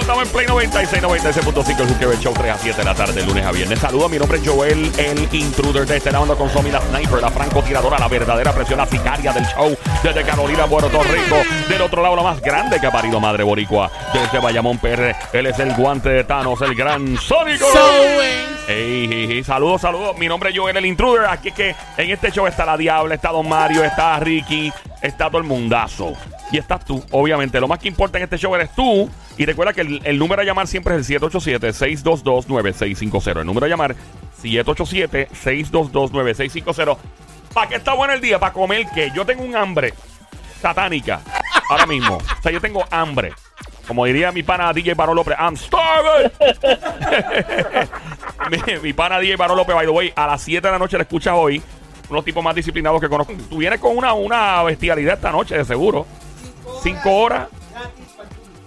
estamos en Play 96, 96.5, el Juquebel Show 3 a 7 de la tarde, lunes a viernes. Saludos, mi nombre es Joel, el intruder de este lado con Somi, la sniper, la francotiradora, la verdadera presión, la sicaria del show desde Carolina, Puerto Rico. Del otro lado, la más grande que ha parido Madre Boricua, desde Bayamón PR. Él es el guante de Thanos, el gran Sónico. Ey, ey, ey, saludos, saludos. Mi nombre es Joel, el intruder. Aquí es que en este show está la Diabla, está Don Mario, está Ricky, está todo el mundazo. Y estás tú, obviamente. Lo más que importa en este show eres tú. Y recuerda que el, el número a llamar siempre es el 787-622-9650. El número a llamar 787-622-9650. ¿Para qué está bueno el día? ¿Para comer qué? Yo tengo un hambre satánica ahora mismo. O sea, yo tengo hambre. Como diría mi pana DJ Barón López, I'm starving. mi, mi pana DJ Barón López, by the way, a las 7 de la noche la escuchas hoy. Unos tipos más disciplinados que conozco. Tú vienes con una, una bestialidad esta noche, de seguro. Cinco horas.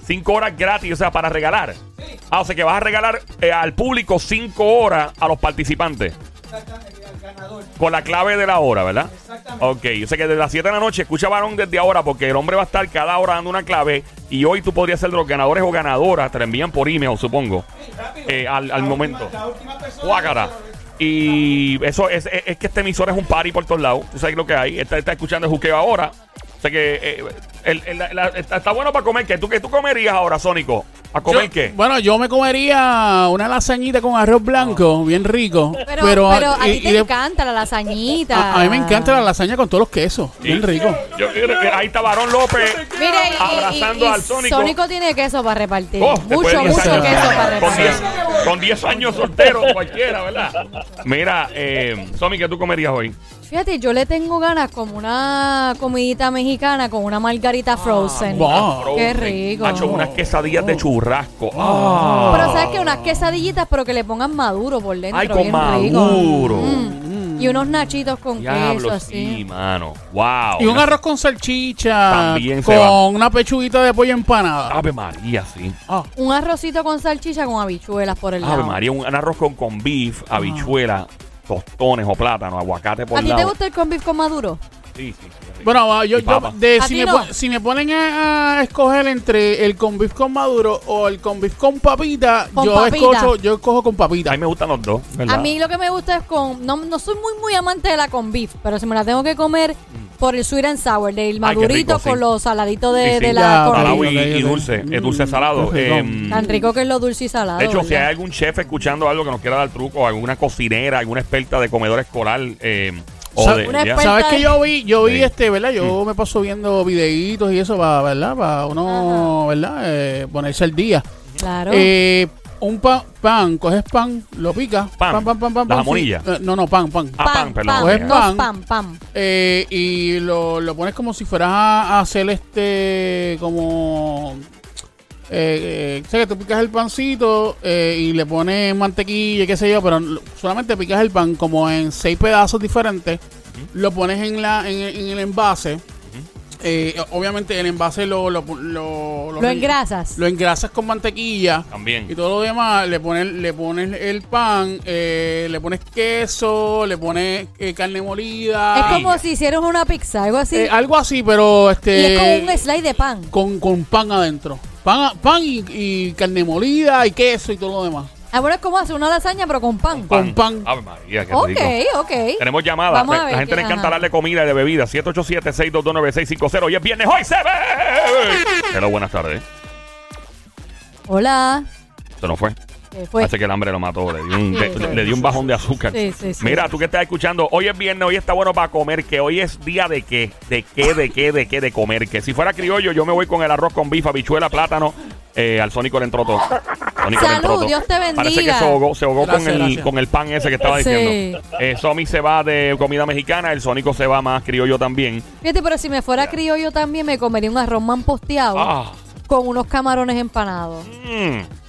Cinco horas gratis, o sea, para regalar. Ah, o sea que vas a regalar eh, al público cinco horas a los participantes. Con la clave de la hora, ¿verdad? Exactamente. Ok, o sea que desde las 7 de la noche escucha varón desde ahora porque el hombre va a estar cada hora dando una clave y hoy tú podrías ser de los ganadores o ganadoras, te la envían por email, supongo, eh, al, al momento. Guácara. Y eso es, es- es que este emisor es un party por todos lados. Tú sabes lo que hay. Está, está escuchando el juqueo ahora. O sea que eh, el- el- la- la- está, está bueno para comer. ¿Qué tú, qué tú comerías ahora, Sónico? ¿A comer Yo- qué? Bueno, yo me comería una lasañita con arroz blanco, bien rico. ah, Pero, pero, a y- ti te y de- encanta la lasañita. a- a mí me encanta la lasaña con todos los quesos, bien rico. Yo- ahí está Barón López. Mire, y- y- Abrazando y- y al Sónico. tiene queso para repartir. Oh, después mucho, de 10 mucho años. queso para Con repartir. 10 con 10 años soltero, cualquiera, ¿verdad? Mira, eh, Somi, ¿qué tú comerías hoy? Fíjate, yo le tengo ganas como una comidita mexicana con una margarita frozen. wow. Qué Ah, Frozen. rico. Hacho, unas quesadillas de churrasco. Ah. Pero sabes que unas quesadillitas, pero que le pongan maduro por dentro. Ay, con bien rico. maduro. Mm. Y unos nachitos con queso Diablo, así. sí, mano. Wow. Y un arroz con salchicha, También se va. con una pechuguita de pollo empanada. Ave María, sí. Ah, Un arrocito con salchicha con habichuelas por el Ave lado. María, un, un arroz con, con beef, habichuela, tostones o plátano, aguacate por ¿A ti lado. te gusta el con beef con maduro? Sí, sí, sí, rico. bueno, va, yo, Y yo- papa. de- ¿A si, ti me no? pon- si me ponen a, a escoger entre el con beef con maduro o el con beef con papita, Con yo papita. escojo, yo escojo con A papita. mí me gustan los dos, ¿verdad? A mí lo que me gusta es con. No, no soy muy, muy amante de la con beef, pero si me la tengo que comer por el sweet and sour, del Mm. Ay, qué madurito rico, sí. con los saladitos de, Sí, sí. de Ya, la con Salado beef. y, Ok, y ok. dulce, eh, dulce Mm, salado. qué rico. Em, Tan rico que es lo dulce y salado. de hecho, si ¿verdad? hay algún chef escuchando algo que nos quiera dar truco, alguna cocinera, alguna experta de comedor escolar, em, o Sabe- de, Una ya. experta- ¿Sabes que yo vi? Yo vi Sí. este, ¿verdad? Yo me paso viendo videitos y eso para, ¿verdad? Para uno, ¿verdad? Eh, ponerse al día. Claro. Eh, un pan, pan, coges pan, lo picas. Pan. pan, pan, pan, pan. La pan, jamonilla. sí. Eh, No, no, pan, pan. Ah, pan, perdón. Pan, Coges no, pan. pan, pan. Eh, y lo, lo pones como si fueras a hacer este, como... Eh, eh, sé que tú picas el pancito eh, y le pones mantequilla y qué sé yo, pero l- solamente picas el pan como en seis pedazos diferentes, lo pones en, la, en, el- en el envase. Eh, obviamente el envase lo, lo, lo, Lo engrasas. Lo engrasas con mantequilla. Y También. todo lo demás, le pones, le pones el pan, eh, le pones queso, le pones eh, carne molida. es como si hicieras una pizza, algo así. Eh, algo así, pero y este. es como un slide de pan. con, con pan adentro. Pan, a- pan y, y carne molida y queso y todo lo demás. Ah, bueno, es como hacer una lasaña, pero con pan. con pan. Ave María, qué Ok, rico. ok. Tenemos llamadas. ¿Eh? Vamos a La, ver la gente quién- le encanta ajá. darle comida y de bebida. 787-622-9650. Y es viernes. ¡Hoy se ve! Hello, buenas tardes. Hola. Se nos fue. ¿Qué fue? Parece que el hambre lo mató. Le dio un, Pues Sí, le- sí. le dio un bajón de azúcar. Sí, sí, sí. Mira, tú que estás escuchando, hoy es viernes, hoy está bueno para comer, que hoy es día de qué, de qué, de qué, de qué, de comer. Que si fuera criollo, yo me voy con el arroz con bifa, bichuela, plátano. Eh, al Sónico le entró todo. Sónico Salud, Dios te bendiga. Parece que se ahogó, se ahogó Gracias, con, el, gracias. con el pan ese que estaba Sí. diciendo. Eh, Somi se va de comida mexicana, el Sónico se va más criollo también. Fíjate, pero si me fuera criollo también me comería un arroz manposteado Ah, con unos camarones empanados. mm.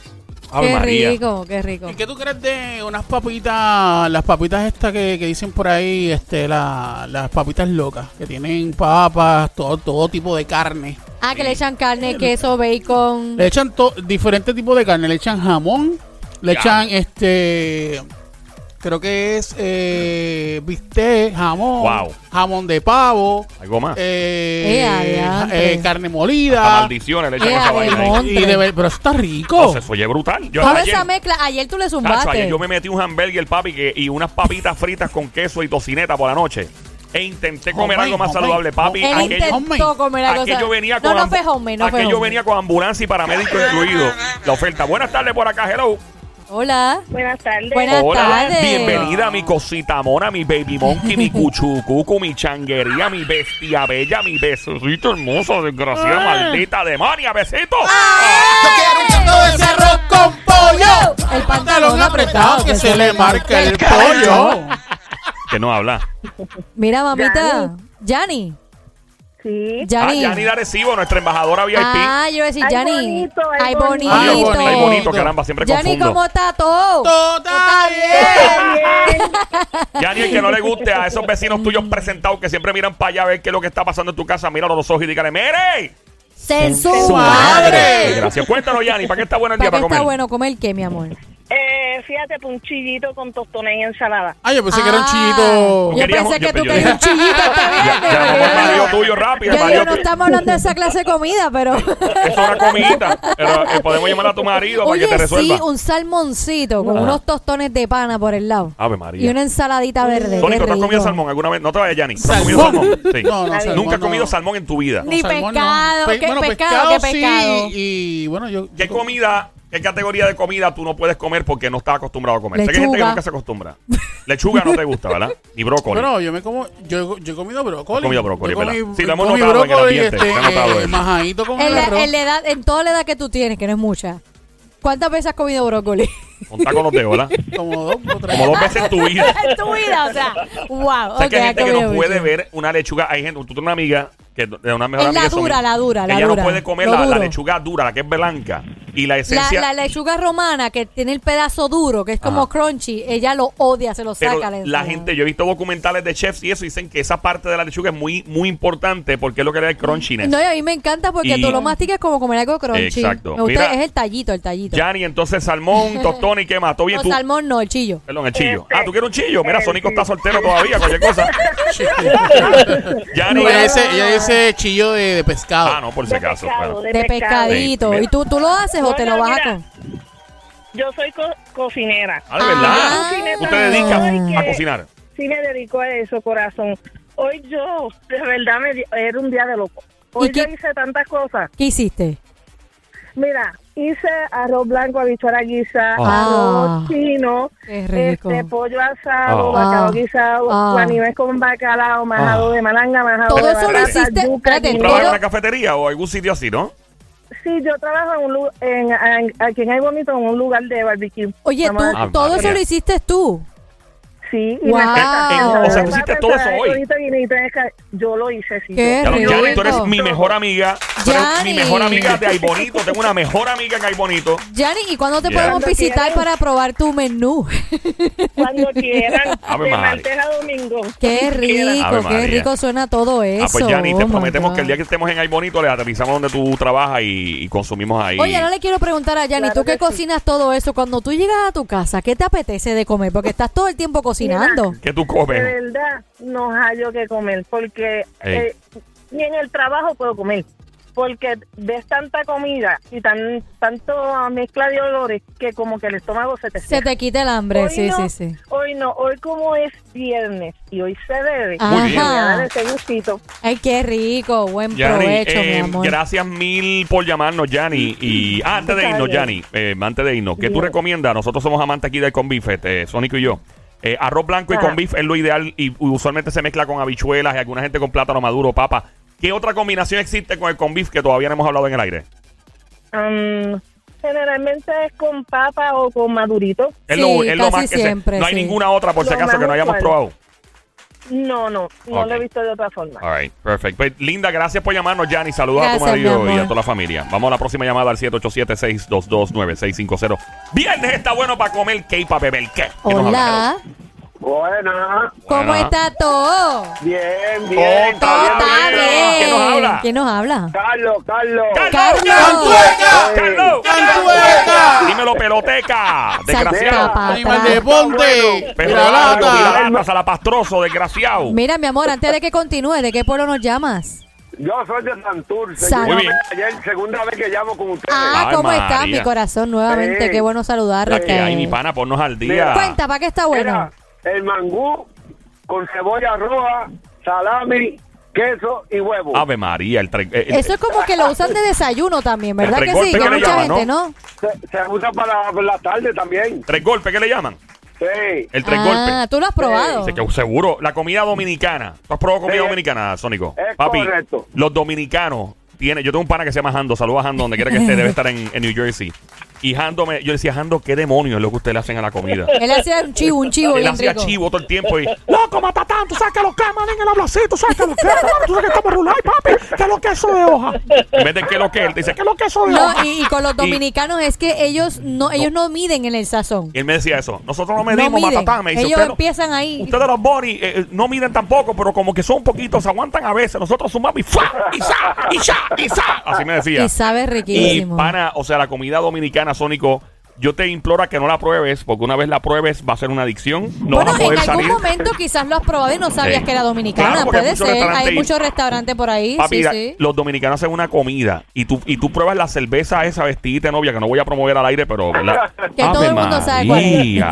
Ave Qué María. rico, qué rico. ¿Y qué tú crees de unas papitas, las papitas estas que, que dicen por ahí, este, la- las papitas locas, que tienen papas, todo, todo tipo de carne? Ah, que le echan carne, queso, bacon. Le echan to- diferentes tipos de carne. Le echan jamón, le Ya. echan este creo que es eh, bistec, jamón, Wow. jamón de pavo, Algo más. eh, Eh, adiante. eh, carne Hasta molida. maldiciones le eh, echan esa vaina ahí. Adelmont. Y de ver- pero eso está rico. No, se oye brutal. Yo, Toda ayer, esa mezcla, ayer tú le Tacho, ayer zumbaste. yo me metí un hamburger, papi, que, y unas papitas fritas con queso y tocineta por la noche. E intenté comer Homemade, algo más homemade. saludable, papi. Él Aquello- intentó Homemade. comer algo. Aquello ¿sabes? venía no, con no ambu- fue hombre, no fue aquello hombre. venía con ambulancia y paramédico incluido. La oferta. Buenas tardes por acá, hello. Hola. Buenas tardes. Buenas tardes. Bienvenida, mi cosita mona, mi baby monkey, mi cuchucucu, mi changuería, mi bestia bella, mi besito hermoso, desgraciada, Ah. maldita demonia, besito. Yo quiero un plato de ese arroz con pollo. ¡Eh! El pantalón apretado que se le marca el pollo. Que no habla. Mira, mamita. Yani. Sí. Ah, Yani. Yani de Arecibo, nuestra embajadora VIP. Ah, yo iba a decir, Ay, Yani. bonito, ay, Ay, bonito. Ay, Dios, bonito. ay, bonito, bonito. caramba, siempre Yani, confundo. ¿cómo está todo? Total. Bien. Yani, el que no le guste a esos vecinos tuyos presentados que siempre miran para allá a ver qué es lo que está pasando en tu casa, míralo a los ojos y dígale, ¡Mire! Sensual. madre. Gracias. Cuéntanos, Yani, ¿para qué está bueno el día ¿Para qué para está comer? bueno comer qué, mi amor? Eh, fíjate, pa' un chillito con tostones y ensalada. Ay, yo pensé que era un Ah, chillito. Yo Querías un- pensé que yo- tú yo- querías un chillito también. Ya, ya, pero como el yo- marido tuyo, rápido, el Yo marido digo, no tuyo. estamos hablando de esa clase de comida, pero... Es una comidita. Pero eh, podemos llamar a tu marido para Oye, que te resuelva. sí, un salmoncito con Ajá. unos tostones de pana por el lado. Ave María. Y una ensaladita verde. Sónico, qué ¿tú has rico. comido salmón alguna vez? No te vayas, Yanni. ¿Tú has comido Salmón. salmón? Sí. No, no, salmón Nunca has no. comido salmón en tu vida. Ni Salmón, no. pescado, Pe- qué bueno, pescado, qué sí, pescado. y bueno, yo. ¿Qué yo- comida, qué categoría de comida tú no puedes comer porque no estás acostumbrado a comer? Sé que hay gente que Lechuga. nunca se acostumbra. Lechuga no te gusta, ¿verdad? Ni brócoli. Bueno, yo me como. Yo, yo he comido brócoli. He comido brócoli, Yo comí- ¿verdad? Sí, lo hemos comí notado en el brócoli, ambiente, este, lo hemos notado eh, eso. majadito con En, la, arroz. en la edad, en toda la edad que tú tienes, que no es mucha. ¿Cuántas veces has comido brócoli? Contá con los dedos, ¿verdad? Como dos o tres. Como dos veces en tu vida. en tu vida, o sea, wow. O sea, que hay gente ok, has que no comido puede mucho. ver una lechuga. Hay gente, tú tienes una amiga que de una mejor Es amiga la de su dura, amiga, la dura, la que Ella dura. no puede comer Lo la, la duro. lechuga dura, la que es blanca. Y la La, esencia. la lechuga romana que tiene el pedazo duro, que es como Ajá. crunchy, ella lo odia, se lo pero saca. la la ensalada. gente, yo he visto documentales de chefs y eso dicen que esa parte de la lechuga es muy, muy importante porque es lo que le da el crunchiness. No, y a mí me encanta porque Y- tú lo masticas como comer algo crunchy. Exacto. Me gusta- Mira- es el tallito, el tallito. Yanni, entonces salmón, tostón y qué más. Todo bien no, tú. salmón no, el chillo. Perdón, el chillo. Este, ah, ¿tú quieres un chillo? Mira, el Sónico chillo. está soltero todavía, cualquier cosa. Yanni. No, ella, dice, ella dice chillo de, de pescado. Ah, no, por si De acaso. pescado, bueno. De, pescado. pescadito. Sí, mira. ¿Y tú, tú lo haces o No, te no, lo vas mira. a comer? Yo soy co- cocinera. Ah, de verdad. Cocinera ¿Tú te soy dedicas a que cocinar? Sí, me dedico a eso, corazón. Hoy yo, de verdad, me di- era un día de loco. ¿Y Hoy qué- yo hice tantas cosas. ¿Qué hiciste? Mira, hice arroz blanco, habichuela guisa, Ah. arroz chino, Qué rico. este pollo asado, Ah. bacalao guisado, Ah. guanibes con bacalao, majado de malanga, majado Todo de eso lo batata, hiciste- yuca, espérate, ¿Tú guineo. trabajas en Pero- una cafetería o algún sitio así, no? Sí, yo trabajo en un lugar, en, en- aquí en Ay Bonito, en un lugar de barbecue. Oye, tú, Vamos a- Ah, todo madre. eso lo hiciste tú. Sí. y Wow. En- me- o sea, tú hiciste todo eso hoy. Bonito, guineito, esca- Yo lo hice, sí. ¿Qué? Ya, yo- no, Qué Yanni, tú eres rico. mi mejor amiga. Tú eres mi Yanni. mejor amiga de Ay Bonito. Tengo una mejor amiga en Ay Bonito. Yani, ¿y cuándo te Yeah. podemos Cuando visitar quieras. para probar tu menú? Cuando quieran, Ave de María. martes a domingo. qué Ave rico, qué María. rico suena todo eso. ah, pues Yanni, Oh, te my prometemos que el God. día que estemos en Ay Bonito le aterrizamos donde tú trabajas y, y consumimos ahí. Oye, ahora le quiero preguntar a Yani, Claro tú que, que sí. cocinas todo eso, cuando tú llegas a tu casa, ¿qué te apetece de comer? Porque estás todo el tiempo cocinando. ¿Qué tú De comes? verdad, no hallo que comer, porque Ey. eh, ni en el trabajo puedo comer. Porque ves tanta comida y tan tanto mezcla de olores que como que el estómago se te Se te quita el hambre, Hoy sí, no, sí, sí. Hoy no, hoy como es viernes y hoy se bebe, Muy bien. me voy a dar Ajá. ese gustito. Ay, qué rico. Buen Yanni, provecho, mi eh, amor. gracias mil por llamarnos, Yanni. Y ah, antes de irnos, Yanni, eh, antes de irnos, ¿qué tú Dime. recomiendas? Nosotros somos amantes aquí del conbife, este, Sónico y yo. Eh, arroz blanco y Ajá. conbife es lo ideal y usualmente se mezcla con habichuelas y alguna gente con plátano maduro, papa. ¿Qué otra combinación existe con el conbife que todavía no hemos hablado en el aire? Am, generalmente es con papa o con madurito. Es Sí, lo, es lo casi más que se- siempre, No hay sí. ninguna otra, por si Lo acaso, más que no hayamos usual. probado. No, no, no Ok. lo he visto de otra forma. All right, perfect. Pues, Linda, gracias por llamarnos, Yanni. Saludos a tu Gracias, mi marido amor. y a toda la familia. Vamos a la próxima llamada al 787-622-9650. Viernes está bueno para comer qué y para beber qué. ¿Qué nos habla? Hola. Buena. ¿Cómo Buena. está todo? Bien, bien. Todo Está está bien. bien. ¿Quién nos habla? ¿Quién nos habla? Carlos, Carlos. ¡Carlos! ¡Cantueca! ¡Carlos! ¡Cantueca! Dímelo, peloteca. Desgraciado. Saltapata. Animal de ponte. Pero Piralata. piralata, salapastroso, desgraciado. Mira, mi amor, antes de que continúe, ¿de qué pueblo nos llamas? Yo soy de Santurce. San- Muy bien. Ayer, segunda vez que llamo con ustedes. Ah, Ay, ¿cómo estás, María. mi corazón? Nuevamente, Ey. qué bueno La saludarte. que hay, mi pana, ponnos al día. Mira. Cuenta, ¿para qué está bueno? Era el mangú con cebolla roja, salami, queso y huevo. Ave María, el, tre- el- Eso es como que lo usan de desayuno también, ¿verdad El que recorte sí? Que que le mucha llaman, gente, ¿no? ¿no? Se, se usa para la tarde también. tres golpes, ¿qué le llaman? Sí. El tres ah, golpes. tú lo has probado. Dice que seguro, la comida dominicana. ¿Tú has probado comida Sí, es- dominicana, Sónico? es Papi, correcto. los dominicanos tienen, yo tengo un pana que se llama Jando, saludos a Jando, donde quiera que esté, debe estar en, en New Jersey. Y Jando, me, yo le decía, Jando, ¿qué demonios es lo que ustedes le hacen a la comida? Él hacía un chivo, un chivo Él bien hacía rico. chivo todo el tiempo y loco mata tanto saca los camas en el ablacito saca los camas tú sabes que estamos rulay papi que lo queso de hoja en vez de que lo que él te dice que lo queso de hoja No, y, y con los dominicanos es que ellos no, ellos no miden en el sazón. y él me decía eso nosotros no medimos miden. matatán me dice Ellos "Usted no- empiezan ahí. ustedes los body eh, eh, no miden tampoco pero como que son un poquito se aguantan a veces nosotros sumamos y fa y sa y sa y sa así me decía Y sabe Y riquísimo. pana, o sea, la comida dominicana, Sónico, yo te imploro a que no la pruebes, porque una vez la pruebes va a ser una adicción, no vas bueno, a en poder algún salir. momento quizás lo has probado y no sabías Sí. que era dominicana. Claro, porque hay Puede muchos ser. restaurantes Hay y- muchos restaurantes por ahí. Papi, sí, la- sí. los dominicanos hacen una comida y tú, y tú pruebas la cerveza esa vestidita de novia, que no voy a promover al aire, pero ¿verdad? Que todo el mundo sabe cuál es. María.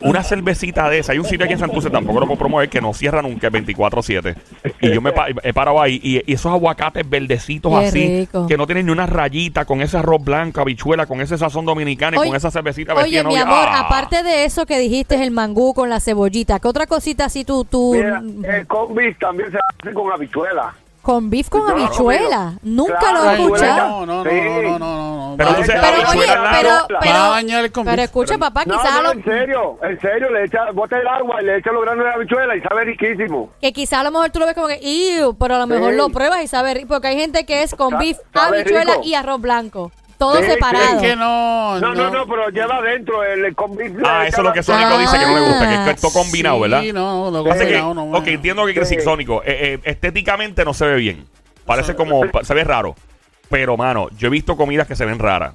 Una cervecita de esa. Hay un sitio aquí en Santurce, tampoco lo puedo promover, que no cierra nunca, es 24-7. Y yo me pa- he parado ahí y, y esos aguacates verdecitos Qué así, rico. que no tienen ni una rayita, con ese arroz blanco, habichuela, con ese sazón dominicano y Oye- con esa cervecita Oye, vestida de mi novia. amor, ¡Ah! aparte de eso que dijiste, el mangú con la cebollita, ¿qué otra cosita así tú, tú Mira, mm, el combi también se hace con habichuela. con beef con Yo lo he habichuela? comido. Nunca Claro, lo he Ay, bueno, escuchado. No, no, no, Sí. no, no, no, no. Pero Va- entonces, va- Pero Habichuela oye, nada. pero, Va a pero, dañar el convite. pero escucha, papá, No, quizás no, a en Ah, lo- serio, en serio, le echa, bota el agua y le echa los granos de habichuela y sabe riquísimo. que quizás a lo mejor tú lo ves como que, "Ew", pero a lo mejor Sí. lo pruebas y sabes, rico, porque hay gente que es con Sa- beef, sabe habichuela rico. y arroz blanco, todo Sí, sí. Es separado. que no, No, no, no, pues, pero lleva adentro el, el combi. le Ah, eso echa es lo la- que Sónico Ah. dice que no le gusta, que es todo combinado, ¿verdad? Sí, no, lo Así que, combinado no. ok, entiendo lo que quiere decir Sí. Sónico. Eh, eh, estéticamente no se ve bien. Parece como, pa- se ve raro. Pero, mano, yo he visto comidas que se ven raras.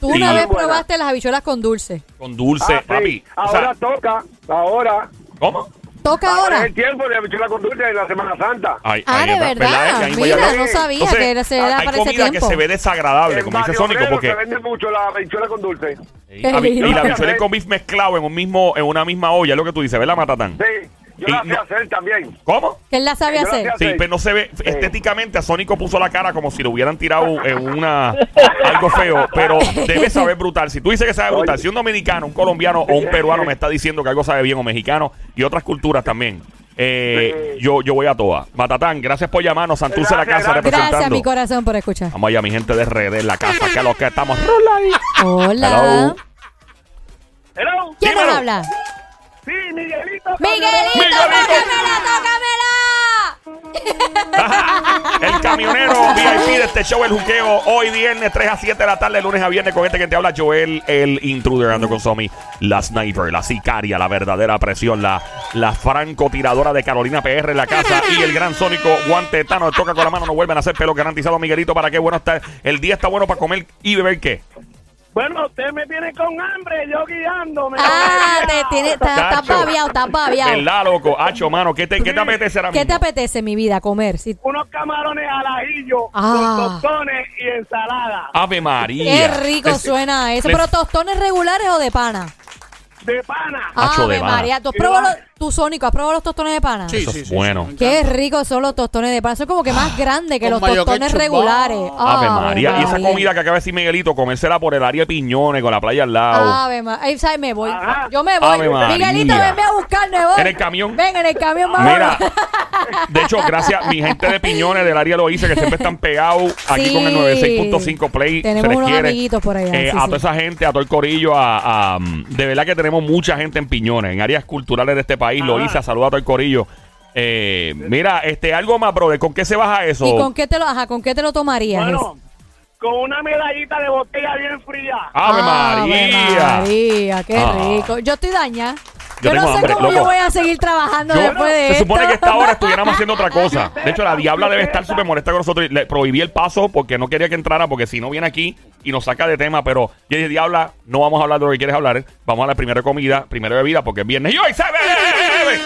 Tú una Sí. vez probaste las habichuelas con dulce. Con dulce, Ah, sí. papi. O sea, Ahora toca, ahora. ¿Cómo? Toca es ahora. el tiempo de habichuela con dulce en la Semana Santa. Ay, Ah, ay, de es Es que verdad. ahí voy a Mira, hablar. no sabía que era, se era hay para ese comida que tiempo. se ve desagradable, En como dice Barrio Sónico, Obrero porque se vende mucho la habichuela con dulce. y Qué la vi- y lindo. la habichuela con beef mezclado en un mismo, en una misma olla, es lo que tú dices, ¿verdad, Matatán? Sí, yo Y la sé no- hacer también. ¿Cómo? Que él la sabe Yo la hacer. hacía- Sí, Sí. pero no se ve. Estéticamente a Sónico puso la cara como si le hubieran tirado en una algo feo. Pero debe saber brutal. Si tú dices que sabe brutal, si un dominicano, un colombiano o un peruano me está diciendo que algo sabe bien, o mexicano y otras culturas también. eh, yo, yo voy a todas. Matatán, gracias por llamarnos. Santurce la Gracias, casa gracias. representando. Gracias, mi corazón, por escuchar. Vamos allá, mi gente de redes, la casa, que los que estamos. Hola. Hello. Hello. ¿Quién nos Dímelo. habla? Sí, Miguelito. ¡Miguelito, Miguelito. tócamela, tócamela! El camionero VIP de este show, el juqueo, hoy viernes 3 a 7 de la tarde, lunes a viernes, con este que te habla Joel, el intruder, ando con Somi, la sniper, la sicaria, la verdadera presión, la, la francotiradora de Carolina PR en la casa y el gran sónico guante tano, toca con la mano, no vuelven a hacer pelo garantizado, Miguelito, para qué bueno está, el día está bueno para comer y beber qué. Bueno, usted me tiene con hambre, yo guiándome. Ah, te tiene, está, está Chacho. babiado, está babiado. ¿Verdad, loco? Hacho, mano, ¿qué te, qué te apetece ahora ¿Qué te mismo? apetece, mi vida, comer? Si- Unos camarones al ajillo, Ah. tostones y ensalada Ave María. Qué rico Es- suena eso. les- ¿Pero tostones regulares o de pana? de pana. Hacho de Ave pana. María. ¿Tú, has probado los, tú, Sónico, has probado los tostones de pana? Sí, Eso sí, es sí, bueno. sí, me Qué encanta. rico son los tostones de pana. Son como que más grandes que Con los mayo tostones ketchup. regulares. Ave María. Y esa María. comida que acaba de decir Miguelito, comérsela por el área de piñones, con la playa al lado. Ave María. Ay, ¿sabes? Me voy. Ajá. Yo me voy. Ave María. Miguelito, venme a buscar, me voy. En el camión. Ven, en el camión, vamos. Mira, de hecho, gracias mi gente de Piñones del área lo hice, que siempre están pegados aquí Sí. con el 96.5 Play. Tenemos se les unos quiere. amiguitos por allá, Eh, sí, a sí. toda esa gente, a todo el corillo, a, a, mm, de verdad que tenemos mucha gente en Piñones, en áreas culturales de este país. Lo hice, saluda a todo el corillo. Eh, mira, este, algo más, brother, ¿con qué se baja eso? ¿Y con qué te lo, ajá, con qué te lo tomarías? Bueno, con una medallita de Ah. botella bien fría. ¡Ave, Ave María! María, qué Ah. rico. Yo estoy daña. Yo Yo, tengo no sé hambre, cómo yo loco. voy a seguir trabajando Yo- después de se esto. supone que a esta hora estuviéramos haciendo otra cosa. De hecho, la diabla debe estar súper molesta con nosotros. y Le prohibí el paso porque no quería que entrara, porque si no viene aquí y nos saca de tema. Pero yo dije, diabla, no vamos a hablar de lo que quieres hablar. ¿eh? Vamos a la primera comida, primera bebida, porque es viernes. Y hoy se bebe.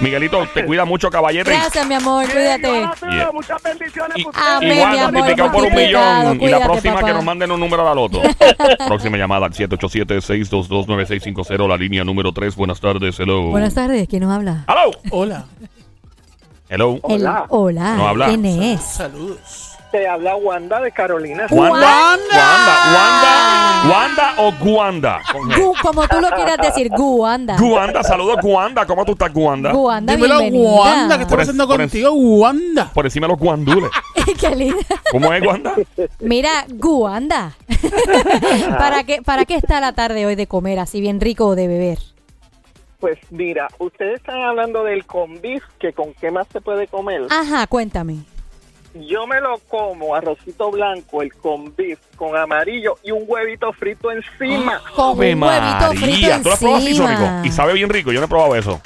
Miguelito, te cuida mucho, caballete. y- Gracias, mi amor, cuídate. Yeah. Muchas bendiciones pues. y- para Amén, igual mi amor, multiplicado por un multiplicado. millón. y la Cuídate, próxima papá. que nos manden un número a la loto. próxima llamada al 787-622-9650, la línea número 3. Buenas tardes, hello. Buenas tardes, ¿quién nos habla? Hello. Hola, Hello. Hola. El- hola. No habla. ¿Quién es? saludos. Te habla Wanda de Carolina. Wanda. Wanda. Wanda. Wanda. Wanda o Guanda. Con G. Gu- como tú lo quieras decir, Gu, anda. Guanda. Saludos, Guanda. ¿Cómo tú estás, Guanda? Gu, anda, Dímelo, bienvenida. Wanda, ¿qué Por estamos es- haciendo por es- contigo, Wanda? Por encima de los guandules. Qué linda. ¿Cómo es, Guanda? Mira, Gu, anda. ¿Para, qué, ¿Para qué está la tarde hoy de comer así bien rico o de beber? Pues mira, ustedes están hablando del con beef, que con qué más se puede comer. Ah. Ajá, cuéntame. Yo me lo como, arrocito blanco, el con beef, con amarillo y un huevito frito encima. Con Ave un huevito frito ¿Tú lo has probado así, Sónico? encima. Y sabe bien rico. Yo no he probado eso.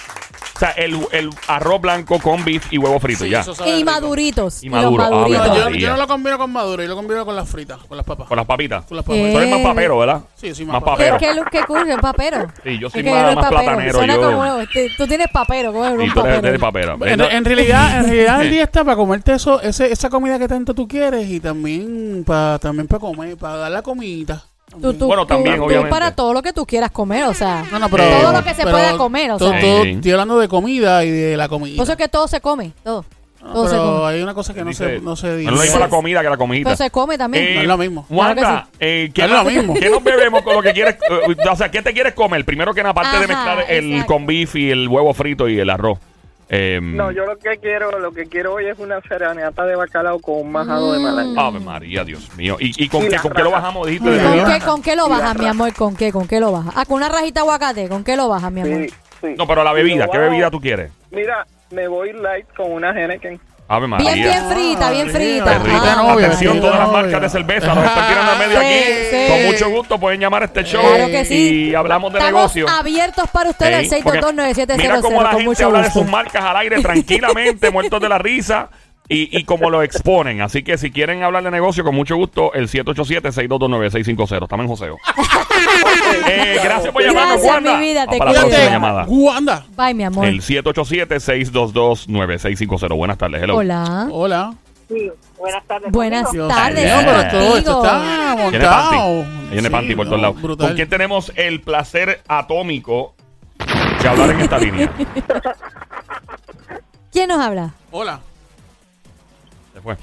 O sea, el, el arroz blanco con beef y huevo frito, Sí, ya. eso sabe Y rico. maduritos. Y y maduro, ah, Los No, verdad. maduritos. yo, Todavía. yo no lo combino con maduro, yo lo combino con las fritas, con las papas. Con las papitas. Con las papas. Tú eres más Eh. papero, ¿verdad? Sí, sí, más más ¿Qué, papero. qué, lu- qué curso? ¿Un papero? Sí, yo soy Es que más- no es más papero. platanero, Suena yo- como- te- tú tienes papero, como Sí, un tú eres- papero. eres papero. En, ¿verdad? en realidad, en realidad el día está para comerte eso, ese, esa comida que tanto tú quieres y también para también para comer, para dar la comida. Tú, tú, Bueno, tú- también, tú obviamente. para todo lo que tú quieras comer, o sea. No, no, pero- todo lo que se pero pueda comer, o todo- sea. todo- Sí. estoy hablando de comida y de la comida. Por eso es que todo se come, todo. No, todo se pero come. hay una cosa que no Dice- se, no se dice. No es lo mismo la comida que la comidita. Pero se come también. Eh, No es lo mismo. Wanda, Claro eh, ¿qué, No es lo nos- mismo. ¿qué nos bebemos con lo que quieres? eh, o sea, ¿qué te quieres comer? Primero que nada, aparte de Ajá, mezclar el exacto. con beef y el huevo frito y el arroz. Eh, No, yo lo que quiero, lo que quiero hoy es una serenata de bacalao con un majado Ah. de malanga. Ave María, Dios mío. ¿Y, y con, Y qué, las con qué lo rajas. bajamos? Dijiste Ay, de ¿Con Dios. qué, ¿Con qué lo Y la bajas, mi raja. amor? ¿Con qué? ¿Con qué lo bajas? Ah, con una rajita de aguacate. ¿Con qué lo bajas, mi amor? Sí, sí. No, pero la bebida, Pero ¿qué wow, bebida tú quieres? Mira, me voy light con una Heineken. Ave María. Bien, bien frita, bien Ah, qué frita. rico. Ah, novia, Atención, qué todas las novia. marcas de cerveza nos están tirando en medio Sí, aquí. sí. Con mucho gusto pueden llamar a este show Claro que sí. y hablamos de Estamos negocio. abiertos Sí, para ustedes al porque 6229700 Mira cómo la con gente mucho habla de gusto. sus marcas al aire tranquilamente, muertos de la risa. Y, y como lo exponen. Así que si quieren hablar de negocio, con mucho gusto, el 787-622-9650. Estamos en joseo. Eh, gracias por llamarnos, Gracias, Wanda. mi vida, te Vamos para la quiero. próxima llamada. Cuídate. Wanda. Bye, mi amor. El 787-622-9650. Buenas tardes, hello. Hola. Hola. Sí, buenas tardes. Buenas conmigo. tardes. mío, No, pero Dios. todo esto está contigo. Tiene panty. montado. Tiene Sí, panty por no, todos lados. brutal. ¿Con quién tenemos el placer atómico de hablar en esta línea? ¿Quién nos habla? Hola. Se fue. Eh,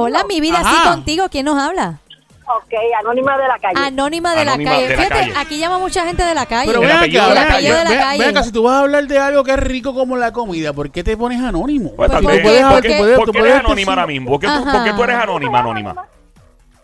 hola, mi vida, Ajá. sí contigo. ¿Quién nos habla? Ok, anónima de la calle. Anónima de la Anónima calle. de la Fíjate, calle. aquí llama mucha gente de la calle. Pero El ven acá, apellido de ven la acá, calle. ven- El apellido de la ven- ven acá, calle. si tú vas a hablar de algo que es rico como la comida, ¿por qué te pones anónimo? Pues, Tú ¿por qué? puedes- ¿Por tú qué- puedes- por tú qué puedes eres anónima decir- ahora mismo? ¿Por qué tú- Ajá. por qué tú eres anónima, anónima?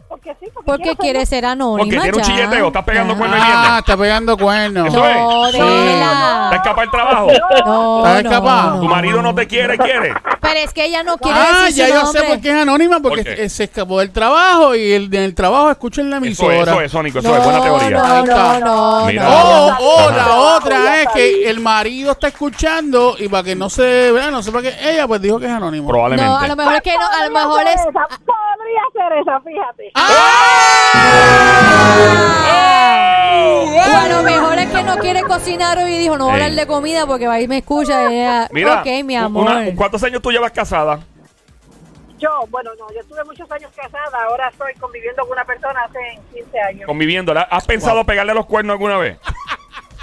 Porque sí, porque Porque quiero quiere ser anónima. Porque tiene un ya. chilleteo, estás pegando Ya. cuerno y mierda. Ah, está pegando cuernos. Eso es. No, ¿eh? Sí. déjela. ¿Te escapa el trabajo? No, ¿Estás no, escapada? ¿Tu marido no te quiere, quiere? Pero es que ella no quiere Ah, decir ya su yo nombre. sé por qué es anónima, porque ¿Por qué? se- se escapó del trabajo y el, del trabajo escuchan la Eso es, emisora. eso es, Sónico, eso No, es buena teoría. Ahí no, está. no, no, Mira. no. Oh, oh, Ajá. la otra es que el marido está escuchando y para que no se vea, no sepa que ella pues dijo que es anónimo. Probablemente. No, a lo mejor es que no, a lo mejor es... Esa, podría ser esa, fíjate. ¡Ah! ¡Oh! O a lo mejor es que no quiere cocinar hoy y dijo, no voy a Ey. hablar de comida porque va y me escucha. y ella, Mira, ok, mi una- amor. ¿cuántos años tú llevas casada? Yo, bueno, no, yo estuve muchos años casada, ahora estoy conviviendo con una persona hace 15 años. Conviviéndola. ¿Has pensado pegarle los cuernos alguna vez?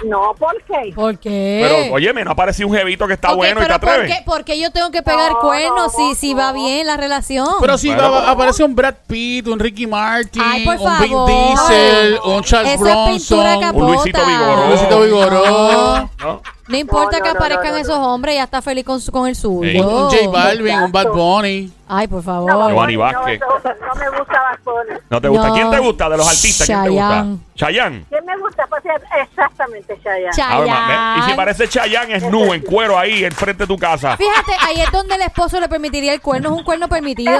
No, ¿por qué? ¿Por qué? Pero, óyeme, no apareció un jevito que está Ok, bueno y te pero ¿por atreves. qué, por qué yo tengo que pegar No, cuernos si, no, si no. va bien la relación? Pero si Bueno, va- pues- aparece un Brad Pitt, un Ricky Martin, Ay, por un Vin favor. Diesel, un Charles Eso es pintura de Bronson, capota. Un Luisito Vigoró. un Luisito Vigoró, No. ¿No? No importa No, no, que no, aparezcan no, no, esos hombres, ya está feliz con, su, con el suyo. Ey. un Oh. J Balvin, un Bad Exacto. Bunny. Ay, por favor. Giovanni no, Vázquez. eso- No, me gusta Bad Bunny. No te gusta. No. ¿Quién te gusta de los artistas? ¿Quién te gusta? Chayanne. Chayanne. ¿Quién me gusta? Pues es exactamente Chayanne. A ver, ma- ve. Y si Chayanne. parece Chayanne es nu, en cuero ahí, enfrente de tu casa. Fíjate, ahí es donde el esposo le permitiría el cuerno, es un cuerno permitido.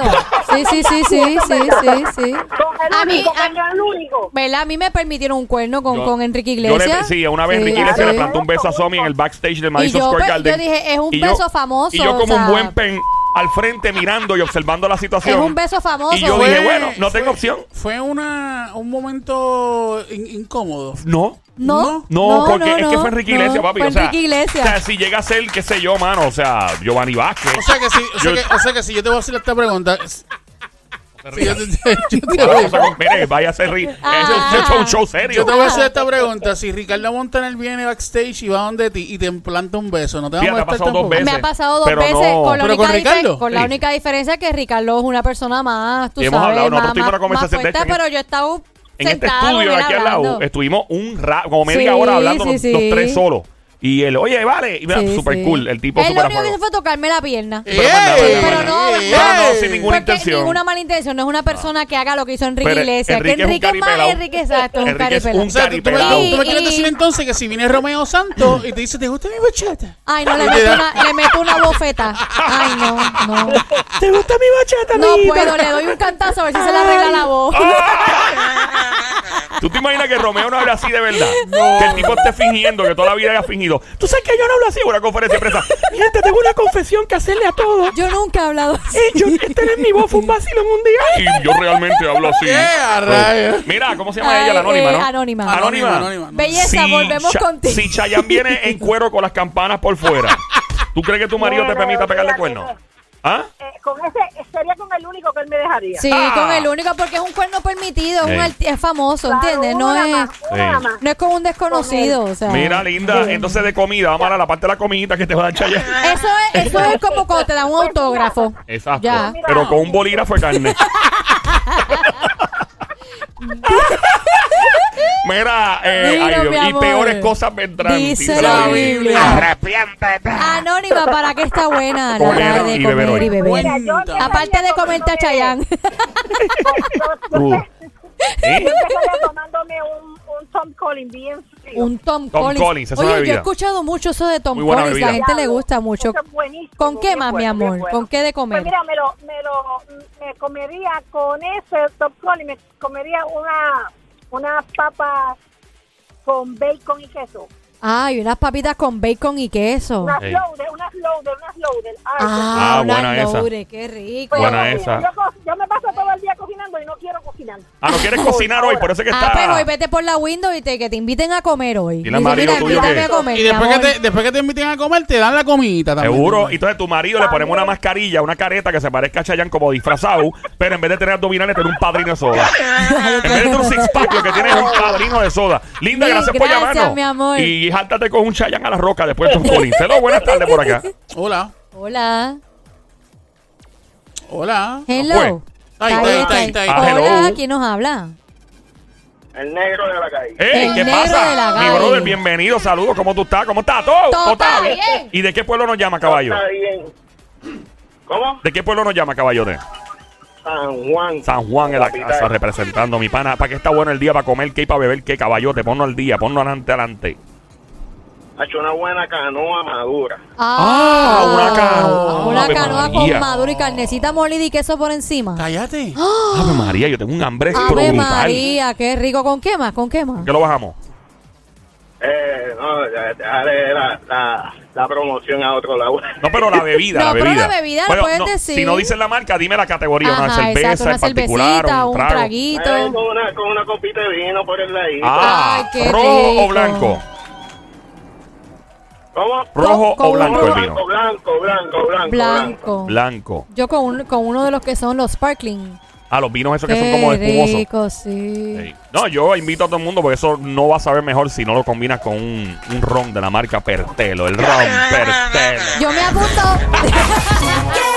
Sí, sí, sí, sí, sí, sí, sí. Con A el mí- único, a- venga el único. ¿Verdad? A mí me permitieron un cuerno con, Yo- con Enrique Yo le- Iglesias. sí, una vez Enrique Iglesias le plantó un beso a Somi en el backstage del Madison yo, Square pues, Garden. yo dije, es un Y yo- beso famoso, Y yo como o sea- un buen pen al frente mirando y observando la situación. Es un beso famoso. Y yo Fue- dije, bueno, no tengo fue- opción. Fue una, un momento in- incómodo. No. No, No, porque es que no, fue Enrique no, Iglesias, papi. Fue o sea, Enrique Iglesias. o sea, si llega a ser, qué sé yo, mano, o sea, Giovanni Vázquez. O sea que si, o sea Yo- que, o sea que si yo te voy a hacer esta pregunta. es- si yo, te, yo te Vamos a voy, con- mire, vaya a ser ri- Ah. es un- es un show yo serio. te voy a hacer esta pregunta. Si Ricardo Montaner viene backstage y va donde ti y te planta un beso, ¿no te va Fíjate, a ha molestar pasado dos tampoco? veces. me ha pasado dos Pero veces no. con, la Pero única, con dife- Ricardo. con la Sí. única diferencia que Ricardo es una persona más, tú Y hemos sabes, hablado, nosotros más, tuvimos una más- conversación de más esta en- fuerte, pero yo estaba En este sentada estudio con de él aquí al hablando. lado Este estuvimos un rato, como media Sí, hora hablando sí, los, sí. los tres solos. Y él, oye, vale, y mira, Sí, super sí. cool, el tipo Él super lo único que hizo fue tocarme la pierna. Pero manda, manda, Pero no, Pero no, sin ninguna Porque intención. ninguna mala intención, no es una persona que haga lo que hizo Enrique Pero Iglesias. Enrique que es un Enrique es caripelao. más Enrique, exacto, es un Enrique es caripelao. un O sea, tú, tú me, Caripelao. tú me quieres Y- decir entonces que si viene Romeo Santos y te dice, ¿te gusta mi bachata? Ay, no, le Y te meto, da- una, le meto una bofeta. Ay, no, no. ¿Te gusta mi bachata, No amiguita? puedo, le doy un cantazo a ver si se le arregla la voz. ¿Tú te imaginas que Romeo no habla así de verdad? Que el tipo esté fingiendo, que toda la vida haya fingido. ¿Tú sabes que yo no hablo así? Una conferencia de prensa. Mi gente, tengo una confesión que hacerle a todos. Yo nunca he hablado así. Eh, yo, este es mi voz, fue un vacilón un día. Y yo realmente hablo así. Pues, ¡Eh, a rayos! Mira, ¿cómo se llama ella? La Ay, eh, anónima, ¿no? anónima. Anónima. Anónima, anónima. Belleza, Si volvemos Cha- contigo. Si Chayanne viene en cuero con las campanas por fuera, ¿tú crees que tu marido te Bueno, permita pegarle olvídate, cuernos? no. ¿Ah? Eh, con ese, sería con el único que él me dejaría. Sí, Ah. con el único, porque es un cuerno permitido, es, un Ey. arti- es famoso, Claro, ¿entiendes? No una es, más, una Sí. más. no es con un desconocido, o sea. Mira, linda. Entonces, de comida, vamos a la parte de la comidita que te va a dar Chayanne. Eso es, eso es como cuando te dan un autógrafo. Exacto. Ya. Pero con un bolígrafo de carne. Mira, eh, Mira, ay, Dios, mi y amor. peores cosas vendrán. Dice dice la Biblia. Arrepiéntete. Anónima, ¿para qué está buena la Comer tarde y comer beber hoy. y beber? Mira, yo te- Aparte de comerte a Chayán. Uh. ¿Eh? Yo estaría tomándome un, un Tom Collins bien frío. Un Tom, Tom Collins. Collins, esa es Oye, una yo he bebida. escuchado mucho eso de Tom Muy buena Collins. La bebida. gente le gusta mucho. Eso es buenísimo, ¿Con qué bien más, mi bueno, bien amor? bueno. ¿Con qué de Pues comer? mira, me lo, me lo me comería con ese Tom Collins, me comería una, una papa con bacon y queso. Ay, unas papitas con bacon y queso. Unas Ey. loaded, unas loaded, unas loaded. Ay, Ah, Ah, unas buena esa. lores, qué rico. Dios mío. buena Yo esa. co- Yo, me paso todo el día cocinando y no quiero cocinar. Ah, no quieres cocinar hoy, por eso es que Ah, está. pero hoy vete por la window y te, que te inviten a comer hoy. Dile al marido mira, tuyo invítame que- a comer, Y mi después que, amor". te, después que te inviten a comer, te dan la comidita también. Seguro. Y entonces tu marido le ponemos una mascarilla, una careta que se parezca a Chayanne como disfrazado, pero en vez de tener abdominales, tiene un padrino de soda. en vez de tener un six pack, lo que tiene es un padrino de soda. Linda, Mil gracias, por gracias, llamarnos. mi amor. Y jáltate con un Chayanne a la roca después de Tom Collins. Hello, buenas tardes por acá. Hola. Hola. Hola. Hello. Ahí está, ahí está, ahí está, ahí está. Ah, hello. Hola, ¿quién nos habla? El negro de la calle. Ey, El ¿Qué negro de la pasa? Mi calle. brother, bienvenido, saludos. ¿Cómo tú estás? ¿Cómo estás? ¿Todo? Todo está bien. ¿Y de qué pueblo nos llama, caballo? Está bien. ¿Cómo? ¿De qué pueblo nos llama, caballo? San Juan. San Juan en la Capital. casa representando mi pana. ¿Para qué está bueno el día? ¿Para comer qué? ¿Para beber qué? Caballote, ponlo al día, ponlo adelante, adelante. Ha hecho una buena canoa madura. Ah, una canoa. Una Ave canoa María. con madura y carnecita molida y queso por encima. Cállate. Ave María, yo tengo un hambre Ave brutal. María, qué rico. ¿Con qué más? ¿Con qué más? ¿Qué lo bajamos? Eh, no, ya- dejaré la, la, la promoción a otro lado. No, pero la bebida, No, la pero bebida. la bebida la puedes decir. Si no dices la marca, dime la categoría, una Ajá, cerveza exacto, una en particular, cervecita, un un, trago. Eh, traguito. con, una, con una copita de vino por el ladito. Ah, Ay, qué rojo o rico. blanco. ¿Cómo? Rojo con o blanco el uno- vino. Blanco, blanco, blanco, blanco. Blanco. Blanco. Yo con, un- con uno de los que son los sparkling. Ah, los vinos esos que son como Qué espumosos. rico, sí. Sí. No, yo invito a todo el mundo porque eso no va a saber mejor si no lo combinas con un, un ron de la marca Pertelo, el ron Pertelo. Yo me apunto.